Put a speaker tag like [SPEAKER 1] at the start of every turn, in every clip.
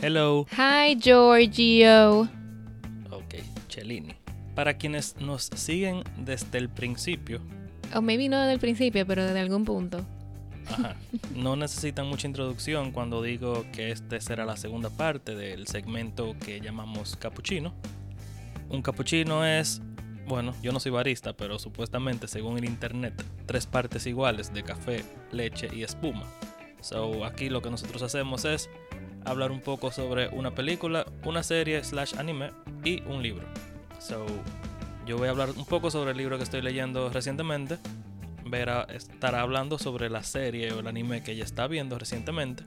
[SPEAKER 1] Hello.
[SPEAKER 2] Hi, Giorgio.
[SPEAKER 1] Ok, Cellini. Para quienes nos siguen desde el principio,
[SPEAKER 2] O maybe no del principio, pero de algún punto.
[SPEAKER 1] ajá, no necesitan mucha introducción cuando digo que este será la segunda parte del segmento que llamamos capuchino. Un capuchino es, bueno, yo no soy barista, pero supuestamente según el internet, tres partes iguales de café, leche y espuma. So, aquí lo que nosotros hacemos es hablar un poco sobre una película, una serie slash anime y un libro. So, yo voy a hablar un poco sobre el libro que estoy leyendo recientemente. Vera estará hablando sobre la serie o el anime que ella está viendo recientemente.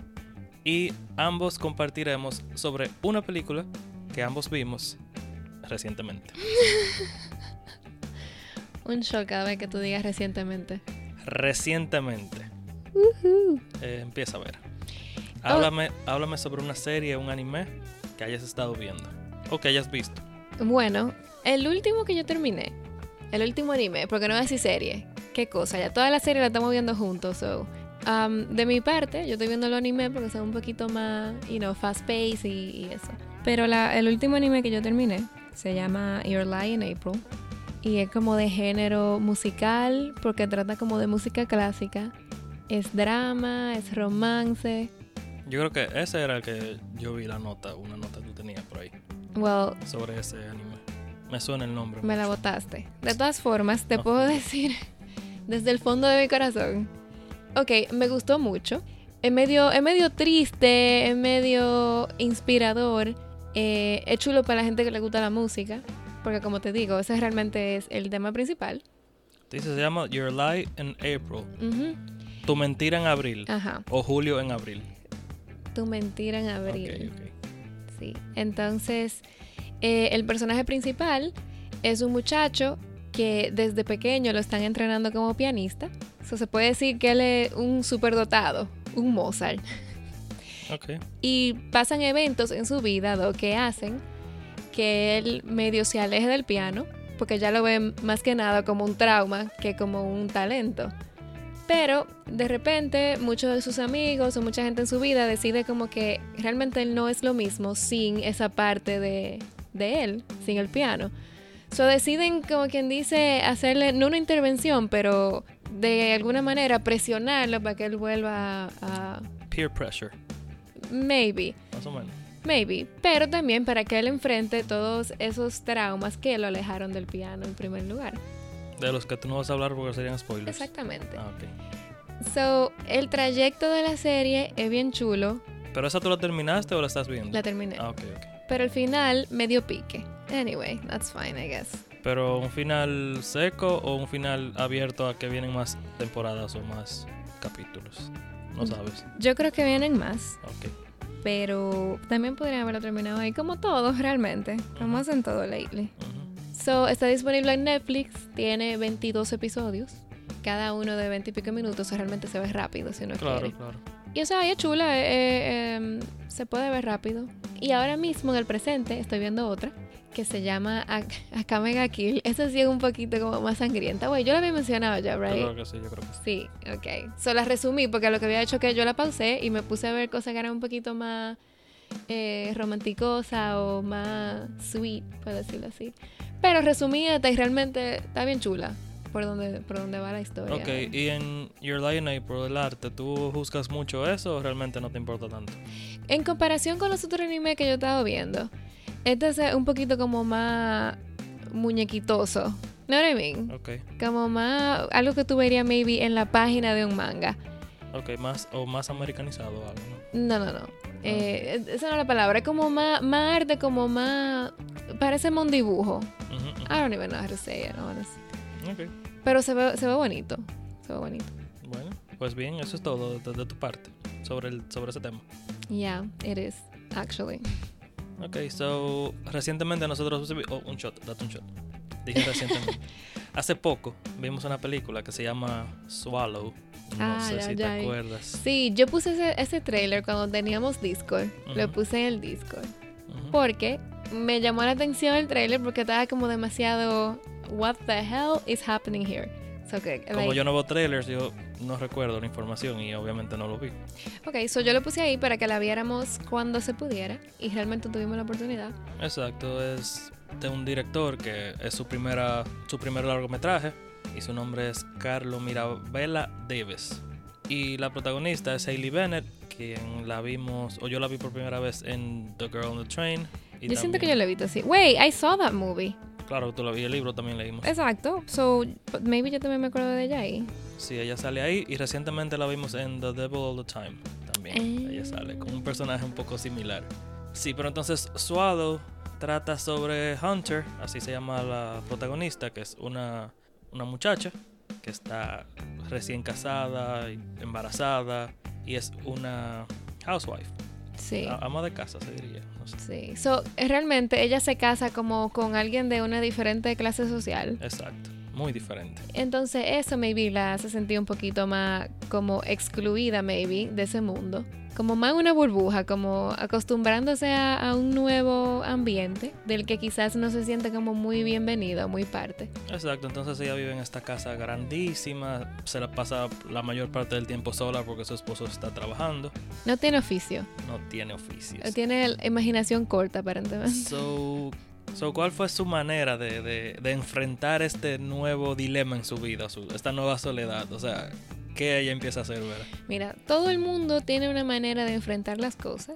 [SPEAKER 1] Y ambos compartiremos sobre una película que ambos vimos recientemente.
[SPEAKER 2] Un shock cada vez que tú digas recientemente.
[SPEAKER 1] Recientemente. Eh, empieza a ver.
[SPEAKER 2] Oh.
[SPEAKER 1] Háblame, háblame sobre una serie, un anime que hayas estado viendo. O que hayas visto.
[SPEAKER 2] Bueno, el último que yo terminé, el último anime, porque no es así serie. Qué cosa, ya toda la serie la estamos viendo juntos. So. Um, de mi parte, yo estoy viendo el anime porque son un poquito más, you know, fast pace y, y eso. Pero la- el último anime que yo terminé se llama Your Lie in April. Y es como de género musical, porque trata como de música clásica. Es drama, es romance.
[SPEAKER 1] Yo creo que ese era el que yo vi la nota, una nota que tú tenías por ahí,
[SPEAKER 2] Well,
[SPEAKER 1] sobre ese anime. Me suena el nombre.
[SPEAKER 2] Me la
[SPEAKER 1] mucho.
[SPEAKER 2] botaste. De todas formas, te
[SPEAKER 1] No.
[SPEAKER 2] puedo decir desde el fondo de mi corazón. Ok, me gustó mucho. Es medio, es medio triste, es medio inspirador. eh, es chulo para la gente que le gusta la música. Porque como te digo, ese realmente es el tema principal.
[SPEAKER 1] Dice, se llama Your Lie in April.
[SPEAKER 2] Ujú,
[SPEAKER 1] Tu mentira en abril.
[SPEAKER 2] Ajá.
[SPEAKER 1] O julio en abril.
[SPEAKER 2] Tu mentira en abril.
[SPEAKER 1] Ok, ok.
[SPEAKER 2] Sí. Entonces, eh, el personaje principal es un muchacho que desde pequeño lo están entrenando como pianista. So, se puede decir que él es un superdotado, un Mozart.
[SPEAKER 1] Ok.
[SPEAKER 2] Y pasan eventos en su vida, lo que hacen que él medio se aleje del piano, porque ya lo ven más que nada como un trauma que como un talento. Pero de repente muchos de sus amigos o mucha gente en su vida decide como que realmente él no es lo mismo sin esa parte de, de él, sin el piano. So deciden como quien dice hacerle no una intervención, pero de alguna manera presionarlo para que él vuelva a...
[SPEAKER 1] Peer pressure.
[SPEAKER 2] Maybe.
[SPEAKER 1] Más o menos.
[SPEAKER 2] Maybe, pero también para que él enfrente todos esos traumas que lo alejaron del piano en primer lugar.
[SPEAKER 1] De los que tú no vas a hablar porque serían spoilers.
[SPEAKER 2] Exactamente.
[SPEAKER 1] Ah, ok.
[SPEAKER 2] So, el trayecto de la serie es bien chulo,
[SPEAKER 1] ¿Pero esa tú la terminaste o la estás viendo?
[SPEAKER 2] la terminé.
[SPEAKER 1] Ah, ok, ok.
[SPEAKER 2] Pero el final medio pique. Anyway, that's fine, I guess.
[SPEAKER 1] ¿Pero un final seco o un final abierto a que vienen más temporadas o más capítulos? No sabes.
[SPEAKER 2] Yo creo que vienen más,
[SPEAKER 1] Ok.
[SPEAKER 2] pero también podrían haberlo terminado ahí, como todos realmente, como hacen todo lately.
[SPEAKER 1] Ujú.
[SPEAKER 2] So, está disponible en Netflix, tiene 22 episodios, cada uno de 20 y pico minutos, so realmente se ve rápido si uno
[SPEAKER 1] Claro,
[SPEAKER 2] quiere.
[SPEAKER 1] claro.
[SPEAKER 2] Y o sea, y es chula, eh, eh, em, se puede ver rápido. Y ahora mismo, en el presente, estoy viendo otra que se llama Ak- Akame ga Kill. Esa sí es un poquito como más sangrienta. Güey, yo la había mencionado ya,
[SPEAKER 1] Yo
[SPEAKER 2] ¿right?
[SPEAKER 1] creo que sí, yo creo que sí.
[SPEAKER 2] Sí, ok. Solo la resumí porque lo que había hecho que yo la pausé y me puse a ver cosas que eran un poquito más eh, romanticosas o más sweet, por decirlo así. Pero resumida y realmente está bien chula por donde, por donde va la historia.
[SPEAKER 1] Ok, y en Your Lion April, el arte, ¿tú juzgas mucho eso o realmente no te importa tanto?
[SPEAKER 2] En comparación con los otros animes que yo he estado viendo, este es un poquito como más muñequitoso. ¿No I mean?
[SPEAKER 1] Ok,
[SPEAKER 2] Como más algo que tú verías maybe en la página de un manga.
[SPEAKER 1] ok, más o más americanizado o algo, ¿no?
[SPEAKER 2] No, no, no. Eh, esa no es la palabra. Es como más, más arte, como más. Parece más un dibujo.
[SPEAKER 1] Ujú, ujú.
[SPEAKER 2] I don't even know how to say it, honestly.
[SPEAKER 1] Ok,
[SPEAKER 2] Pero se ve, se ve bonito. Se ve bonito.
[SPEAKER 1] bueno, pues bien, eso es todo de, de tu parte sobre, el, sobre ese tema.
[SPEAKER 2] Yeah, it is, actually.
[SPEAKER 1] Ok, so, recientemente nosotros... Oh, un shot, date un shot. Dije recientemente. Hace poco vimos una película que se llama Swallow. No
[SPEAKER 2] Ah,
[SPEAKER 1] sé
[SPEAKER 2] ya,
[SPEAKER 1] si
[SPEAKER 2] ya.
[SPEAKER 1] te acuerdas.
[SPEAKER 2] Sí, yo puse ese, ese trailer cuando teníamos Discord. Lo
[SPEAKER 1] Ujú.
[SPEAKER 2] puse en el Discord.
[SPEAKER 1] Ujú.
[SPEAKER 2] porque me llamó la atención el trailer porque estaba como demasiado what the hell is happening here. So, que,
[SPEAKER 1] Como
[SPEAKER 2] like,
[SPEAKER 1] yo no veo trailers, yo no recuerdo la información y obviamente no lo vi.
[SPEAKER 2] Ok, so yo lo puse ahí para que la viéramos cuando se pudiera y realmente tuvimos la oportunidad.
[SPEAKER 1] Exacto, es de un director que es su, primera, su primer largometraje y su nombre es Carlo Mirabella Davis. Y la protagonista es Hailey Bennett, quien la vimos, o yo la vi por primera vez en The Girl on the Train. y
[SPEAKER 2] yo siento que yo
[SPEAKER 1] también-
[SPEAKER 2] lo he visto así. Wait, I saw that movie.
[SPEAKER 1] Claro, tú la vi, el libro también leímos.
[SPEAKER 2] Exacto. So, but maybe yo también me acuerdo de ella ahí.
[SPEAKER 1] Sí, ella sale ahí y recientemente la vimos en The Devil All the Time también.
[SPEAKER 2] Ah.
[SPEAKER 1] Ella sale con un personaje un poco similar. Sí, pero entonces Swallow trata sobre Hunter, así se llama la protagonista, que es una, una muchacha que está recién casada, y embarazada y es una housewife,
[SPEAKER 2] Sí.
[SPEAKER 1] a- ama de casa se diría. no sé.
[SPEAKER 2] Sí. So, realmente ella se casa como con alguien de una diferente clase social.
[SPEAKER 1] Exacto, muy diferente.
[SPEAKER 2] Entonces eso maybe la hace sentir un poquito más como excluida maybe de ese mundo. Como más una burbuja, como acostumbrándose a, a un nuevo ambiente del que quizás no se siente como muy bienvenido, muy parte.
[SPEAKER 1] Exacto, entonces ella vive en esta casa grandísima, se la pasa la mayor parte del tiempo sola porque su esposo está trabajando.
[SPEAKER 2] No tiene oficio,
[SPEAKER 1] no tiene oficios.
[SPEAKER 2] tiene la imaginación corta aparentemente.
[SPEAKER 1] So, so, ¿cuál fue su manera de, de- de enfrentar este nuevo dilema en su vida, su- esta nueva soledad? O sea, ¿qué ella empieza a hacer, verdad?
[SPEAKER 2] Mira, todo el mundo tiene una manera de enfrentar las cosas.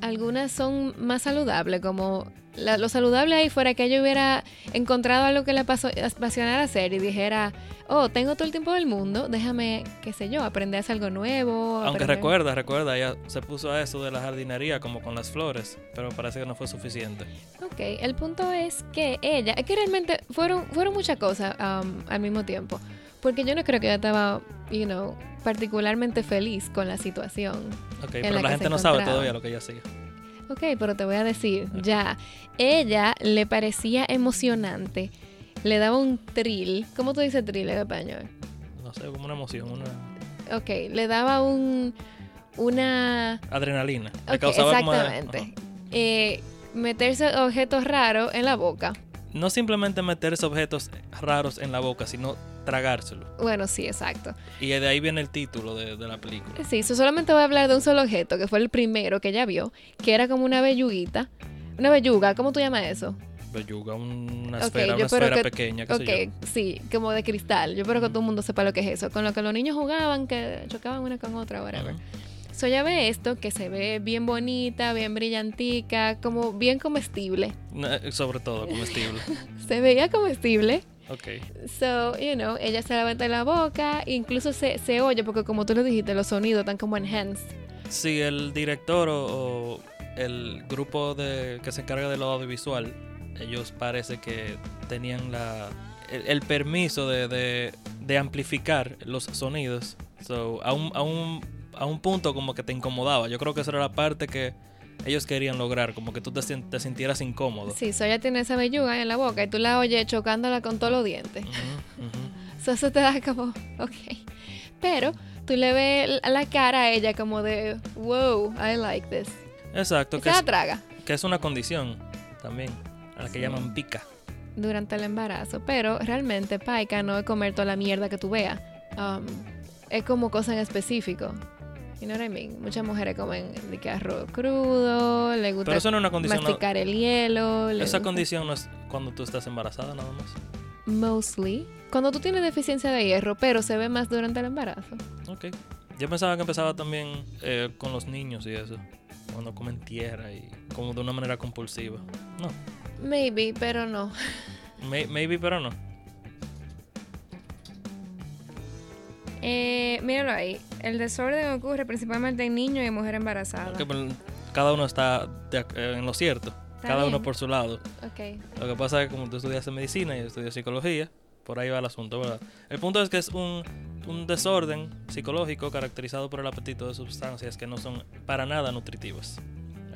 [SPEAKER 2] Algunas son más saludables, como la- lo saludable ahí fuera que ella hubiera encontrado algo que le apaso- apasionara hacer y dijera, oh, tengo todo el tiempo del mundo, déjame, qué sé yo, aprender a hacer algo nuevo.
[SPEAKER 1] Aunque
[SPEAKER 2] Oh, aprender-".
[SPEAKER 1] recuerda, recuerda, ella se puso a eso de la jardinería como con las flores, pero parece que no fue suficiente.
[SPEAKER 2] Ok, el punto es que ella, es que realmente fueron, fueron muchas cosas um, al mismo tiempo, porque yo no creo que ella estaba, you know, particularmente feliz con la situación.
[SPEAKER 1] Ok,
[SPEAKER 2] En
[SPEAKER 1] pero la,
[SPEAKER 2] la que se
[SPEAKER 1] gente no sabe
[SPEAKER 2] encontraba.
[SPEAKER 1] todavía lo que ella hacía.
[SPEAKER 2] Ok, pero te voy a decir, ya. Ella le parecía emocionante. Le daba un thrill. ¿Cómo tú dices thrill en español?
[SPEAKER 1] No sé, como una emoción, una
[SPEAKER 2] Ok, le daba un. Una.
[SPEAKER 1] adrenalina. Le
[SPEAKER 2] ok,
[SPEAKER 1] causaba como-
[SPEAKER 2] exactamente.
[SPEAKER 1] Ajá.
[SPEAKER 2] Eh, meterse objetos raros en la boca.
[SPEAKER 1] No simplemente meterse objetos raros en la boca, sino tragárselo.
[SPEAKER 2] Bueno, sí, exacto.
[SPEAKER 1] Y de ahí viene el título de, de la película.
[SPEAKER 2] Sí, so solamente voy a hablar de un solo objeto, que fue el primero que ella vio, que era como una belluguita. Una belluga, ¿cómo tú llamas eso?
[SPEAKER 1] Belluga, una
[SPEAKER 2] Ok,
[SPEAKER 1] esfera,
[SPEAKER 2] yo
[SPEAKER 1] una
[SPEAKER 2] espero
[SPEAKER 1] esfera
[SPEAKER 2] que-
[SPEAKER 1] pequeña, qué sé yo.
[SPEAKER 2] Ok, sí, como de cristal. Yo espero que todo el mundo sepa lo que es eso. Con lo que los niños jugaban, que chocaban una con otra, whatever.
[SPEAKER 1] Ajá.
[SPEAKER 2] So ya ve esto, que se ve bien bonita, bien brillantica, como bien comestible.
[SPEAKER 1] No, eh, Sobre todo comestible.
[SPEAKER 2] Se veía comestible.
[SPEAKER 1] Ok.
[SPEAKER 2] So, you know, ella se levanta la boca, incluso se, se oye, porque como tú lo dijiste, los sonidos están como enhanced.
[SPEAKER 1] Si el director o, o el grupo de, que se encarga de lo audiovisual, ellos parece que tenían la, el, el permiso de, de- de amplificar los sonidos. So, a, un, a, un, a un punto como que te incomodaba. Yo creo que esa era la parte que ellos querían lograr, como que tú te, sien- te sintieras incómodo.
[SPEAKER 2] Sí, so ella tiene esa belluga en la boca y tú la oyes chocándola con todos los dientes.
[SPEAKER 1] Ujú, ujú.
[SPEAKER 2] So, eso te da como, ok. Pero tú le ves la cara a ella como de, wow, I like this.
[SPEAKER 1] Exacto,
[SPEAKER 2] Y
[SPEAKER 1] que
[SPEAKER 2] se
[SPEAKER 1] es,
[SPEAKER 2] la traga
[SPEAKER 1] que es una condición también, a la que
[SPEAKER 2] Sí.
[SPEAKER 1] llaman pica.
[SPEAKER 2] durante el embarazo. Pero realmente paica no es comer toda la mierda que tú veas. Um, es como cosa en específico. You know what I mean? Muchas mujeres comen de que arroz crudo, le gusta
[SPEAKER 1] Pero eso no es una condición. no-
[SPEAKER 2] masticar el hielo. le
[SPEAKER 1] Esa
[SPEAKER 2] gusta-
[SPEAKER 1] condición no es cuando tú estás embarazada nada más.
[SPEAKER 2] Mostly. Cuando tú tienes deficiencia de hierro, pero se ve más durante el embarazo.
[SPEAKER 1] Ok. Yo pensaba que empezaba también eh, con los niños y eso. Cuando comen tierra y como de una manera compulsiva. No.
[SPEAKER 2] Maybe, pero no.
[SPEAKER 1] May- maybe, pero no.
[SPEAKER 3] Eh, míralo ahí. El desorden ocurre principalmente en niños y mujeres embarazadas.
[SPEAKER 1] Ok, pero pues, cada uno está de ac- eh, en lo cierto. cada
[SPEAKER 3] bien.
[SPEAKER 1] uno por su lado.
[SPEAKER 2] Ok.
[SPEAKER 1] Lo que pasa es que como tú estudiaste medicina y yo estudio psicología, por ahí va el asunto, ¿verdad? El punto es que es un, un desorden psicológico caracterizado por el apetito de sustancias que no son para nada nutritivas.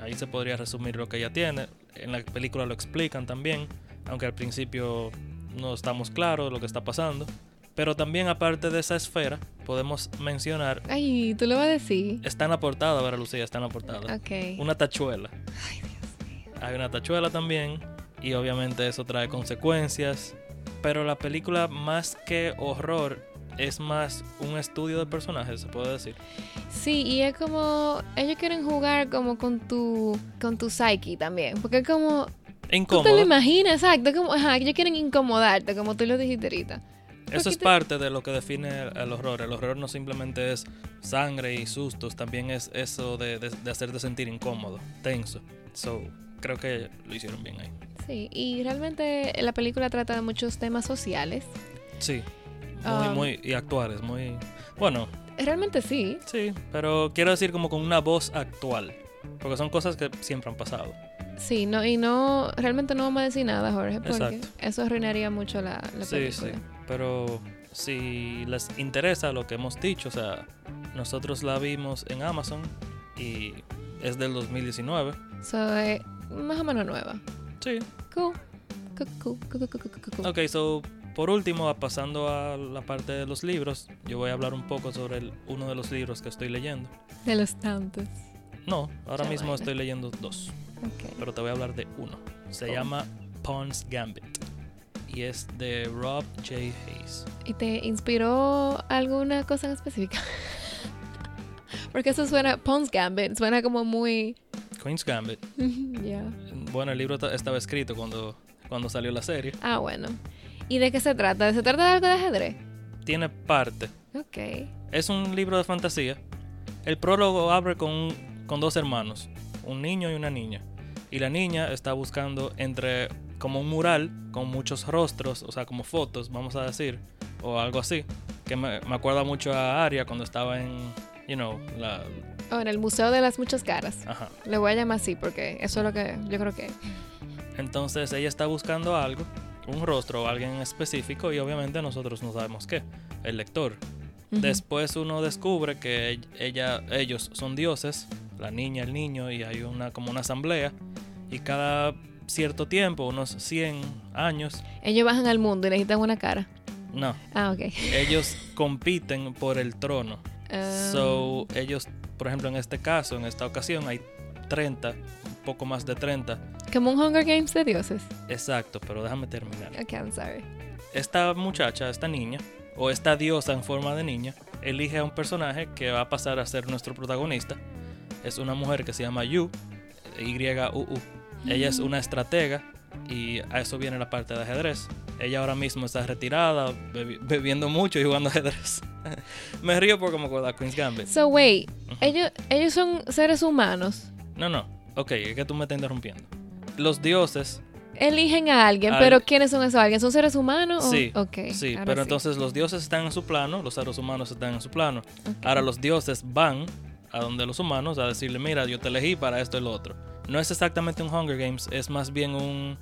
[SPEAKER 1] Ahí se podría resumir lo que ella tiene. En la película lo explican también, aunque al principio no estamos claros de lo que está pasando. Pero también aparte de esa esfera, podemos mencionar,
[SPEAKER 2] Ay, tú lo vas a decir.
[SPEAKER 1] está en la portada, ¿verdad Lucía? Está en la portada.
[SPEAKER 2] Ok.
[SPEAKER 1] Una tachuela. Hay una tachuela también y obviamente eso trae consecuencias. Pero la película más que horror es más un estudio de personajes, se puede decir.
[SPEAKER 2] Sí, y es como ellos quieren jugar como con tu con tu psyche también, porque es como tú te
[SPEAKER 1] Incómodo.
[SPEAKER 2] lo imaginas, exacto, como ajá, ellos quieren incomodarte, como tú lo dijiste ahorita.
[SPEAKER 1] Eso es
[SPEAKER 2] poquito-
[SPEAKER 1] parte de lo que define el, el horror. El horror no simplemente es sangre y sustos, también es eso de, de- de hacerte sentir incómodo, tenso. So, creo que lo hicieron bien ahí.
[SPEAKER 2] Sí, y realmente la película trata de muchos temas sociales.
[SPEAKER 1] Sí. Muy,
[SPEAKER 2] Um,
[SPEAKER 1] muy. Y actuar, es muy. Bueno,
[SPEAKER 2] Realmente sí.
[SPEAKER 1] sí, pero quiero decir como con una voz actual. Porque son cosas que siempre han pasado.
[SPEAKER 2] Sí, no, y no, realmente no vamos a decir nada, Jorge, porque
[SPEAKER 1] Exacto.
[SPEAKER 2] eso arruinaría mucho la, la
[SPEAKER 1] sí, sí.
[SPEAKER 2] película.
[SPEAKER 1] Pero si les interesa lo que hemos dicho, o sea, nosotros la vimos en Amazon y es del 2019.
[SPEAKER 2] So, eh, más o menos nueva.
[SPEAKER 1] Sí.
[SPEAKER 2] Cool. Cool, cool, cool, cool, cool, cool, cool.
[SPEAKER 1] Ok, so por último, ah, pasando a la parte de los libros, yo voy a hablar un poco sobre el- uno de los libros que estoy leyendo.
[SPEAKER 2] De los tantos.
[SPEAKER 1] No, ahora
[SPEAKER 2] Ya
[SPEAKER 1] mismo
[SPEAKER 2] vaina.
[SPEAKER 1] estoy leyendo dos,
[SPEAKER 2] Ok.
[SPEAKER 1] pero te voy a hablar de uno. Se
[SPEAKER 2] Oh.
[SPEAKER 1] llama Pawn's Gambit y es de Rob J. Hayes.
[SPEAKER 2] ¿Y te inspiró alguna cosa en específica? porque eso suena, Pons Gambit, suena como muy...
[SPEAKER 1] Queen's Gambit.
[SPEAKER 2] ya.
[SPEAKER 1] Bueno, el libro ta- estaba escrito cuando, cuando salió la serie.
[SPEAKER 2] Ah, bueno. ¿Y de qué se trata? ¿Se trata de algo de ajedrez?
[SPEAKER 1] Tiene parte.
[SPEAKER 2] Ok.
[SPEAKER 1] Es un libro de fantasía. El prólogo abre con, un- con dos hermanos, un niño y una niña. Y la niña está buscando entre como un mural con muchos rostros, o sea, como fotos, vamos a decir, o algo así. Que me, me acuerda mucho a Aria cuando estaba en, you know, la...
[SPEAKER 2] Ahora, Oh, el Museo de las Muchas Caras.
[SPEAKER 1] Ajá.
[SPEAKER 2] Le voy a llamar así porque eso es lo que yo creo que...
[SPEAKER 1] Entonces ella está buscando algo, un rostro o alguien en específico y obviamente nosotros no sabemos qué, el lector. Después uno descubre que ell- ella, ellos son dioses, la niña, el niño, y hay una como una asamblea. Y cada cierto tiempo, unos 100 años,
[SPEAKER 2] Ellos bajan al mundo y necesitan una cara.
[SPEAKER 1] no,
[SPEAKER 2] Ah, ok.
[SPEAKER 1] ellos compiten por el trono.
[SPEAKER 2] Ah,
[SPEAKER 1] So, ellos, por ejemplo, en este caso, en esta ocasión, hay 30, un poco más de 30.
[SPEAKER 2] como un Hunger Games de dioses.
[SPEAKER 1] Exacto, pero déjame terminar.
[SPEAKER 2] Ok, I'm sorry.
[SPEAKER 1] esta muchacha, esta niña, o esta diosa en forma de niña, elige a un personaje que va a pasar a ser nuestro protagonista. Es una mujer que se llama Yu, Y-U-U. Ella es una estratega y a eso viene la parte de ajedrez. Ella ahora mismo está retirada, bebi- bebiendo mucho y jugando ajedrez. me río porque me acuerdo a Queen's Gambit.
[SPEAKER 2] So, wait.
[SPEAKER 1] Ujú.
[SPEAKER 2] Ellos, ellos son seres humanos.
[SPEAKER 1] No, no. Ok, es que tú me estás interrumpiendo. Los dioses
[SPEAKER 2] Eligen a alguien,
[SPEAKER 1] Al-
[SPEAKER 2] pero ¿quiénes son esos alguien? ¿Son seres humanos? o-
[SPEAKER 1] Sí,
[SPEAKER 2] Ok,
[SPEAKER 1] Sí,
[SPEAKER 2] ahora
[SPEAKER 1] pero entonces los dioses están en su plano, los seres humanos están en su plano. Ahora los dioses van a donde los humanos a decirle, mira, yo te elegí para esto y lo otro. No es exactamente un Hunger Games, es más bien un,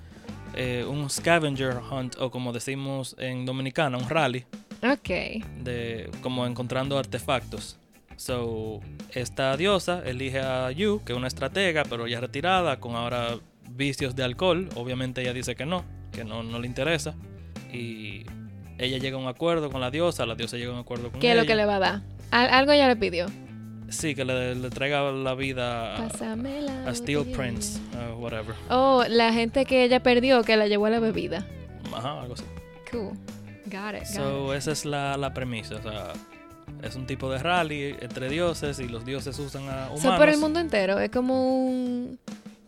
[SPEAKER 1] eh, un scavenger hunt o como decimos en dominicana, un rally,
[SPEAKER 2] Ok.
[SPEAKER 1] de como encontrando artefactos. So, esta diosa elige a Yu, que es una estratega, pero ya retirada, con ahora vicios de alcohol. Obviamente ella dice que no, que no, no le interesa. Y ella llega a un acuerdo con la diosa, la diosa llega a un acuerdo con
[SPEAKER 2] ¿Qué es
[SPEAKER 1] ella.
[SPEAKER 2] lo que le va a dar? Al- algo ya le pidió.
[SPEAKER 1] Sí, que le, le traiga la vida a-
[SPEAKER 2] Pásame la
[SPEAKER 1] Ah, a Steel
[SPEAKER 2] botella.
[SPEAKER 1] Prince, uh, whatever.
[SPEAKER 2] Oh, la gente que ella perdió, que la llevó a la bebida.
[SPEAKER 1] Ajá, algo así.
[SPEAKER 2] Cool. Got it, got it.
[SPEAKER 1] So, esa es la, la premisa, o sea, es un tipo de rally entre dioses y los dioses usan a
[SPEAKER 2] O
[SPEAKER 1] humanos.
[SPEAKER 2] sea, por el mundo entero. Es como un.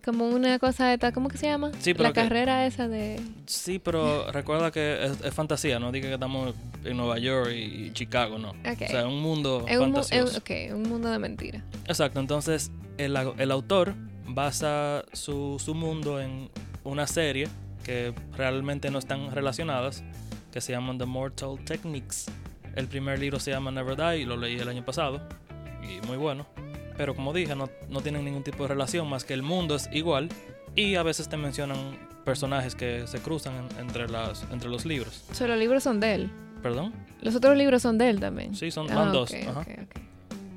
[SPEAKER 2] Como una cosa de tal. ¿Cómo que se llama?
[SPEAKER 1] Sí, pero
[SPEAKER 2] la
[SPEAKER 1] que-
[SPEAKER 2] carrera esa de.
[SPEAKER 1] Sí, pero recuerda que es, es fantasía, no diga que estamos en Nueva York y, y Chicago, no.
[SPEAKER 2] Ok.
[SPEAKER 1] O sea, es un mundo
[SPEAKER 2] Es un, mu-
[SPEAKER 1] fantasioso.
[SPEAKER 2] es- ok, un mundo de mentira.
[SPEAKER 1] Exacto, entonces el, au- el autor basa su, su mundo en una serie que realmente no están relacionadas, que se llaman The Mortal Techniques. El primer libro se llama Never Die y lo leí el año pasado y muy bueno. Pero como dije, no, no tienen ningún tipo de relación más que el mundo es igual y a veces te mencionan personajes que se cruzan en- entre, las, entre los libros.
[SPEAKER 2] O sea, los libros son de él.
[SPEAKER 1] ¿Perdón?
[SPEAKER 2] Los otros libros son de él también.
[SPEAKER 1] Sí, son
[SPEAKER 2] Ah,
[SPEAKER 1] van
[SPEAKER 2] ok,
[SPEAKER 1] dos. ajá.
[SPEAKER 2] ok, ok.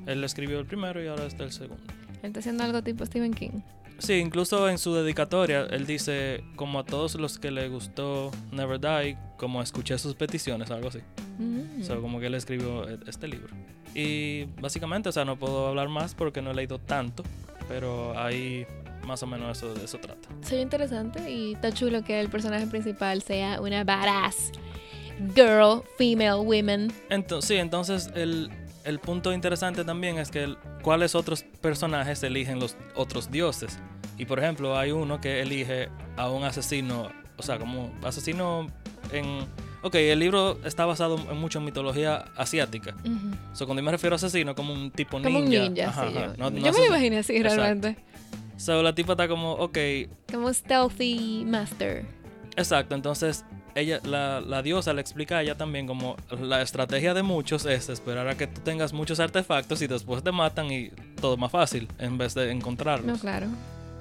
[SPEAKER 1] Él escribió el primero y ahora está el segundo.
[SPEAKER 2] Él está haciendo algo tipo Stephen King.
[SPEAKER 1] Sí, incluso en su dedicatoria, él dice, como a todos los que le gustó Never Die, como escuché sus peticiones, algo así.
[SPEAKER 2] Mm.
[SPEAKER 1] O sea, como que él escribió e- este libro. Y básicamente, o sea, no puedo hablar más porque no he leído tanto, pero ahí más o menos eso, de eso trata.
[SPEAKER 2] Soy interesante y está chulo que el personaje principal sea una badass. girl, female, women.
[SPEAKER 1] Entonces, sí, entonces el, el punto interesante también es que el- cuáles otros personajes eligen los otros dioses. Y por ejemplo, hay uno que elige a un asesino, o sea, como asesino en... Ok, el libro está basado en mucha mitología asiática.
[SPEAKER 2] Ujú.
[SPEAKER 1] O sea, cuando yo me refiero a asesino, como un tipo ninja.
[SPEAKER 2] Como un ninja,
[SPEAKER 1] Ajá,
[SPEAKER 2] sí,
[SPEAKER 1] ajá.
[SPEAKER 2] Yo,
[SPEAKER 1] No- no
[SPEAKER 2] yo me
[SPEAKER 1] ases-
[SPEAKER 2] lo imaginé así
[SPEAKER 1] Exacto.
[SPEAKER 2] realmente.
[SPEAKER 1] So, la tipa está como, ok,
[SPEAKER 2] Como stealthy master.
[SPEAKER 1] exacto. Entonces, ella, la, la diosa le explica a ella también como la estrategia de muchos es esperar a que tú tengas muchos artefactos y después te matan y todo más fácil en vez de
[SPEAKER 2] No,
[SPEAKER 1] encontrarlos.
[SPEAKER 2] claro.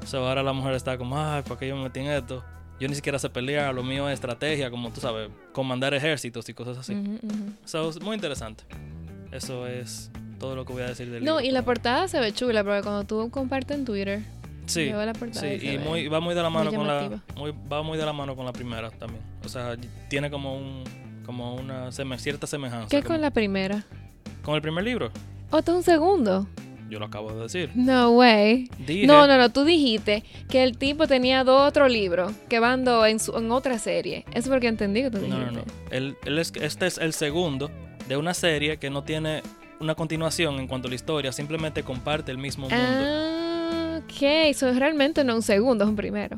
[SPEAKER 1] So, ahora la mujer está como, ay, ¿para qué yo me metí en esto? Yo ni siquiera sé pelear, lo mío es estrategia, como tú sabes, comandar ejércitos y cosas así.
[SPEAKER 2] Ujú, ujú.
[SPEAKER 1] So, es muy interesante. Eso es todo lo que voy a decir del
[SPEAKER 2] No,
[SPEAKER 1] libro.
[SPEAKER 2] y la portada se ve chula, porque cuando tú compartes en Twitter,
[SPEAKER 1] Sí.
[SPEAKER 2] yo veo la portada.
[SPEAKER 1] Sí,
[SPEAKER 2] se
[SPEAKER 1] y
[SPEAKER 2] ve.
[SPEAKER 1] muy, va muy de la mano con la
[SPEAKER 2] llamativa.
[SPEAKER 1] muy, va muy de la mano con la primera también. O sea, y- tiene como un como una seme- cierta semejanza
[SPEAKER 2] ¿Qué
[SPEAKER 1] como-
[SPEAKER 2] con la primera?
[SPEAKER 1] con el primer libro.
[SPEAKER 2] ¿O todo un segundo?
[SPEAKER 1] Yo lo acabo de decir.
[SPEAKER 2] No way.
[SPEAKER 1] Dije,
[SPEAKER 2] No, no, no, tú dijiste que el tipo tenía dos otro libro que van dos en, su- en otra serie. Eso porque entendí que tú
[SPEAKER 1] no,
[SPEAKER 2] dijiste.
[SPEAKER 1] no, no. El- el es- este es el segundo de una serie que no tiene una continuación en cuanto a la historia, simplemente comparte el mismo mundo.
[SPEAKER 2] Ah, ok. Eso es realmente no un segundo, es un primero.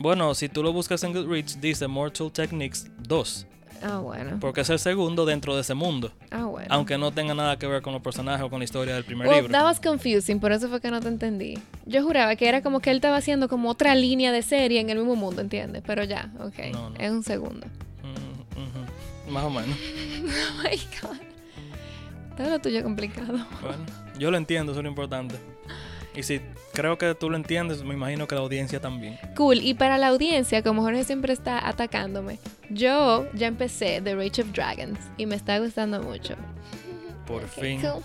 [SPEAKER 1] Bueno, si tú lo buscas en Goodreads dice Mortal Techniques 2,
[SPEAKER 2] Ah, bueno.
[SPEAKER 1] porque es el segundo dentro de ese mundo,
[SPEAKER 2] Ah, bueno.
[SPEAKER 1] aunque no tenga nada que ver con los personajes o con la historia del primer
[SPEAKER 2] Well,
[SPEAKER 1] libro.
[SPEAKER 2] that was confusing, por eso fue que no te entendí. Yo juraba que era como que él estaba haciendo como otra línea de serie en el mismo mundo, ¿entiendes? Pero ya, ok.
[SPEAKER 1] No, no.
[SPEAKER 2] Es un segundo.
[SPEAKER 1] Mm, ujú. Más o menos.
[SPEAKER 2] Oh my god. Todo lo tuyo es complicado.
[SPEAKER 1] Bueno, yo lo entiendo, eso es lo importante. Y si creo que tú lo entiendes, me imagino que la audiencia también.
[SPEAKER 2] Cool, y para la audiencia, como Jorge siempre está atacándome, yo ya empecé The Rage of Dragons y me está gustando mucho.
[SPEAKER 1] Por
[SPEAKER 2] Ok,
[SPEAKER 1] fin,
[SPEAKER 2] cool.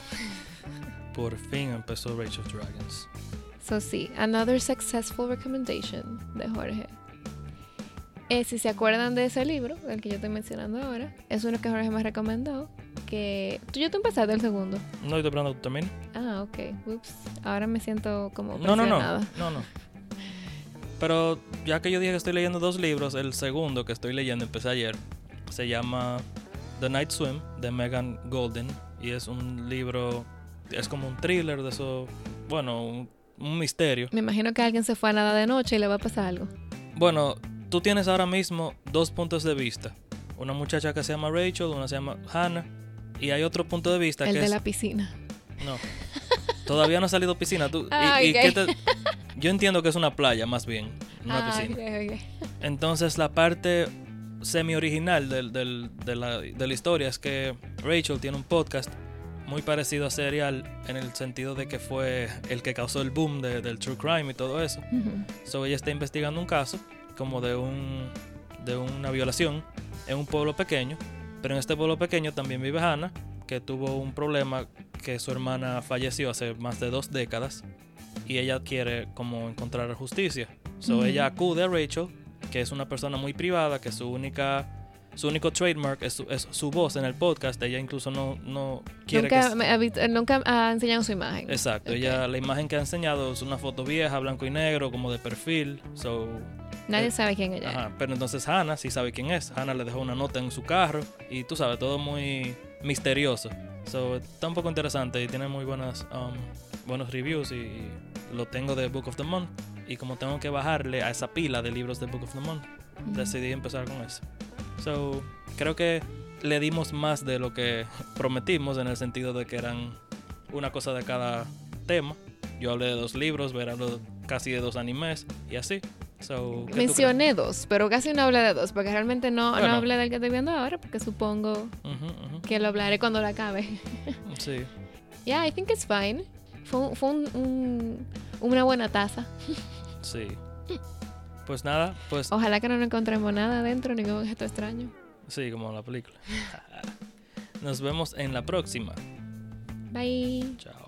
[SPEAKER 1] por fin empezó Rage of Dragons.
[SPEAKER 2] So sí, another successful recommendation de Jorge. Eh, si se acuerdan de ese libro, el que yo estoy mencionando ahora, es uno que Jorge me recomendó, que tú yo te empezaste el segundo.
[SPEAKER 1] No estoy esperando tú también.
[SPEAKER 2] Ah, ok. Ups. Ahora me siento como
[SPEAKER 1] No, no, no.
[SPEAKER 2] presionada.
[SPEAKER 1] No, no. Pero ya que yo dije que estoy leyendo dos libros, el segundo que estoy leyendo empecé ayer. Se llama The Night Swim de Megan Golden. Y es un libro, es como un thriller de eso, bueno, un- un misterio.
[SPEAKER 2] Me imagino que alguien se fue a nada de noche y le va a pasar algo.
[SPEAKER 1] Bueno, tú tienes ahora mismo dos puntos de vista. Una muchacha que se llama Rachel, una se llama Hannah. Y hay otro punto de vista
[SPEAKER 2] El
[SPEAKER 1] que
[SPEAKER 2] de
[SPEAKER 1] es...
[SPEAKER 2] la piscina.
[SPEAKER 1] No. Todavía no ha salido piscina. Tú, y-
[SPEAKER 2] Ah,
[SPEAKER 1] y
[SPEAKER 2] ok.
[SPEAKER 1] qué te- Yo entiendo que es una playa, más bien. no Una
[SPEAKER 2] ah,
[SPEAKER 1] piscina.
[SPEAKER 2] ok, ok.
[SPEAKER 1] Entonces, la parte semi-original del- del- de, la, de la historia es que Rachel tiene un podcast muy parecido a Serial en el sentido de que fue el que causó el boom de- del true crime y todo eso.
[SPEAKER 2] Ujú.
[SPEAKER 1] So ella está investigando un caso como de un de una violación en un pueblo pequeño, pero en este pueblo pequeño también vive Hannah, que tuvo un problema que su hermana falleció hace más de dos décadas y ella quiere como encontrar justicia. So
[SPEAKER 2] Ujú.
[SPEAKER 1] ella acude a Rachel, que es una persona muy privada, que su única su único trademark es su, es su voz en el podcast. Ella incluso no, no quiere que
[SPEAKER 2] Nunca, me ha visto- nunca ha enseñado su imagen.
[SPEAKER 1] Exacto,
[SPEAKER 2] Ok.
[SPEAKER 1] ella la imagen que ha enseñado es una foto vieja, blanco y negro, como de perfil. So,
[SPEAKER 2] Nadie
[SPEAKER 1] eh,
[SPEAKER 2] sabe quién ella es.
[SPEAKER 1] ajá. Pero entonces Hannah sí sabe quién es. Hannah le dejó una nota en su carro y tú sabes, todo muy misterioso. So, está un poco interesante y tiene muy buenas, um, buenos reviews y, y lo tengo de Book of the Month. Y como tengo que bajarle a esa pila de libros de Book of the Month,
[SPEAKER 2] Ujú.
[SPEAKER 1] decidí empezar con eso. So, creo que le dimos más de lo que prometimos en el sentido de que eran una cosa de cada tema. Yo hablé de dos libros, Vera habló casi de dos animes y así. So, ¿qué tú
[SPEAKER 2] Mencioné dos, pero casi no hablé de dos, porque realmente no,
[SPEAKER 1] Bueno.
[SPEAKER 2] no hablé del que estoy viendo ahora, porque supongo
[SPEAKER 1] crees? Ujú, ujú.
[SPEAKER 2] que lo hablaré cuando lo acabe.
[SPEAKER 1] Sí.
[SPEAKER 2] Yeah, I think it's fine. Fue, un- fue un- un- una buena taza.
[SPEAKER 1] Sí. Pues nada, pues
[SPEAKER 2] Ojalá que no nos encontremos nada adentro, ningún objeto extraño.
[SPEAKER 1] sí, como la película. Nos vemos en la próxima.
[SPEAKER 2] Bye.
[SPEAKER 1] Chao.